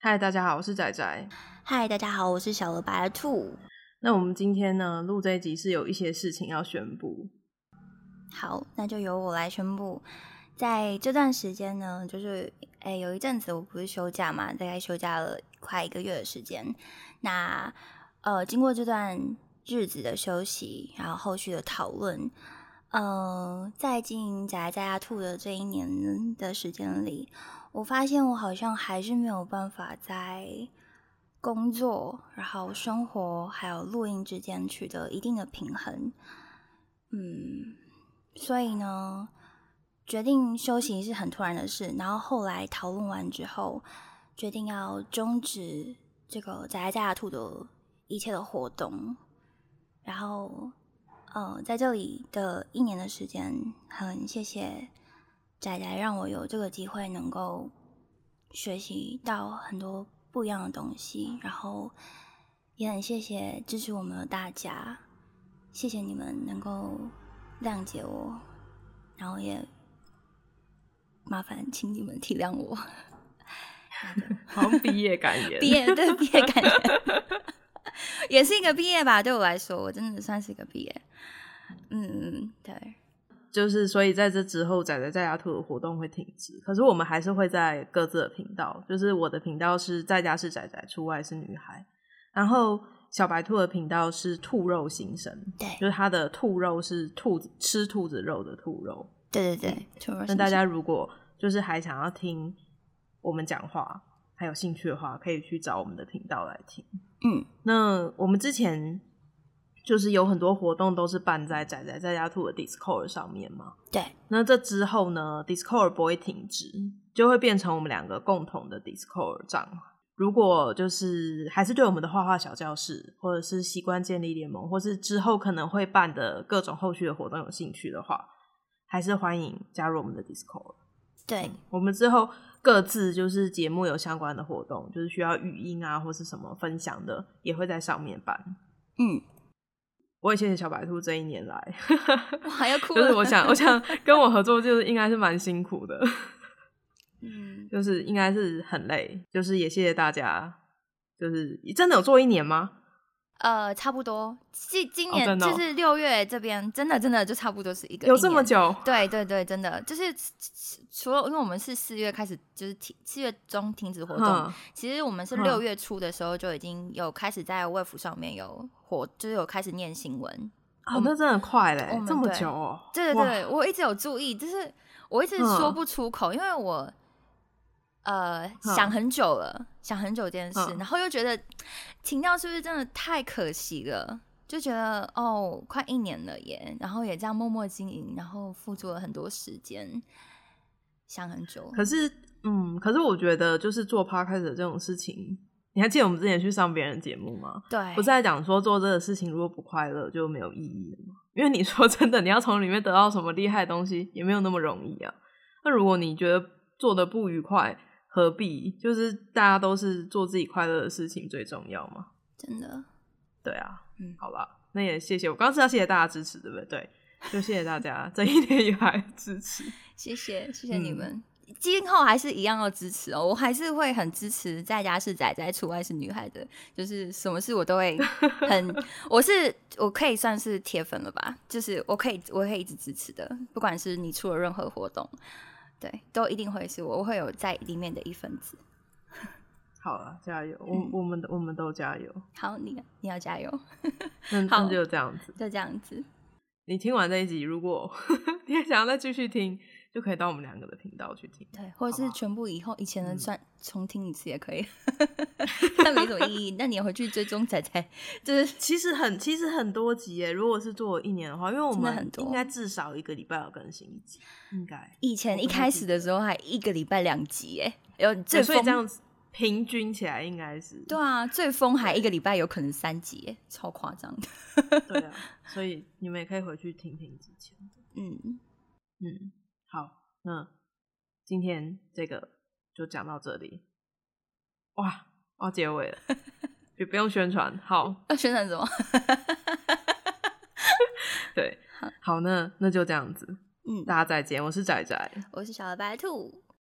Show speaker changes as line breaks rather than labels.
嗨，大家好，我是仔仔。
嗨，大家好，我是小鹅白的兔。
那我们今天呢录这一集是有一些事情要宣布，
好，那就由我来宣布，在这段时间呢，就是诶、有一阵子我不是休假嘛，大概休假了快一个月的时间。那呃，经过这段日子的休息，然后后续的讨论，呃，在经营宅在家兔的这一年的时间里，我发现我好像还是没有办法在工作、然后生活还有录音之间取得一定的平衡。嗯，所以呢，决定休息是很突然的事。然后后来讨论完之后，决定要终止这个宅在家的兔的一切的活动。然后，呃，在这里的一年的时间，很谢谢仔仔让我有这个机会能够学习到很多不一样的东西，然后也很谢谢支持我们的大家，谢谢你们能够谅解我，然后也麻烦请你们体谅我。
好像毕业感言。
毕业对毕业感觉，也是一个毕业吧。对我来说，我真的算是一个毕业。嗯，对，
就是所以在这之后，仔仔在家兔的活动会停止，可是我们还是会在各自的频道，就是我的频道是在家是仔仔，出外是女孩，然后小白兔的频道是兔肉新生，
对
就是它的兔肉是兔子吃兔子肉的兔肉，
对对对，除了
那嗯大家如果就是还想要听我们讲话，还有兴趣的话，可以去找我们的频道来听。
嗯，
那我们之前就是有很多活动都是办在仔仔在家兔的 Discord 上面嘛。
对
那这之后呢，Discord 不会停止，就会变成我们两个共同的 Discord 账号。如果就是还是对我们的画画小教室，或者是习惯建立联盟，或是之后可能会办的各种后续的活动有兴趣的话，还是欢迎加入我们的 Discord。
对
我们之后各自就是节目有相关的活动，就是需要语音啊或是什么分享的，也会在上面办。
嗯，
我也谢谢小白兔这一年 来，
我还要哭
就
了。
是我想，我想跟我合作，就是应该是蛮辛苦的，
嗯，
就是应该是很累，就是也谢谢大家，就是真的有做一年吗？
呃，差不多，今今
哦
年、
真的哦
就是六月这边，真的真的就差不多是一个
有
一
这么
年
久？
对对对，真的就是除了因为我们是四月开始，就是停四月中停止活动，
嗯
其实我们是
嗯
六月初的时候就已经有开始在 w e 上面有活，就是有开始念新闻。
哦，那真的快
我
嘞，
们
这么
对
久哦！
对对
哇
对，我一直有注意，就是我一直说不出口，因为我呃
嗯
想很久了，想很久这件事，
嗯
然后又觉得停掉是不是真的太可惜了？就觉得哦，快一年了耶，然后也这样默默经营，然后付出了很多时间，想很久。
可是，嗯，可是我觉得就是做 podcast 的这种事情，你还记得我们之前去上别人的节目吗？
对，
不是在讲说做这个事情如果不快乐就没有意义了吗？因为你说真的，你要从里面得到什么厉害的东西也没有那么容易啊。那如果你觉得做的不愉快，何必？就是大家都是做自己快乐的事情最重要嘛。
真的，
对啊，
嗯
好吧，那也谢谢我刚刚是要谢谢大家支持，对不对？对，就谢谢大家这一年以来的支持。
谢谢谢谢你
嗯
们。今后还是一样要支持哦，我还是会很支持在家是仔仔，出外是女孩的，就是什么事我都会很， 我是我可以算是铁粉了吧，就是我可以我会一直支持的，不管是你出了任何活动，对，都一定会是我，我会有在里面的一份子。
好了，加油！我、
嗯
我们我们都加油。
好，你你要加油，
那
好
那就这样子。
就这样子。
你听完这一集，如果 你也想要再继续听，就可以到我们两个的频道去听。
对，或者
好
是
吧
全部以后以前的
嗯
算、重听一次也可以， 但没什么意义。那你也回去追踪仔仔，就是
其实很其实很多集耶，如果是做一年的话，因为我
真的
们
很多
应该至少一个礼拜要更新一集，应该
以前一开
嗯
始的时候还一个礼拜两集，哎，有最
对哦所以
疯
这样子平均起来应该是
对啊，最疯还一个礼拜有可能三集，哎，超夸张的。
对啊，所以你们也可以回去听听之前的。
嗯，
嗯，好，那今天这个就讲到这里。哇，要结尾 了，也不用宣传。好，
要宣传什么？
对，好，那那就这样子，
嗯，
嗯 大家再见，我是仔仔。
我是小白兔，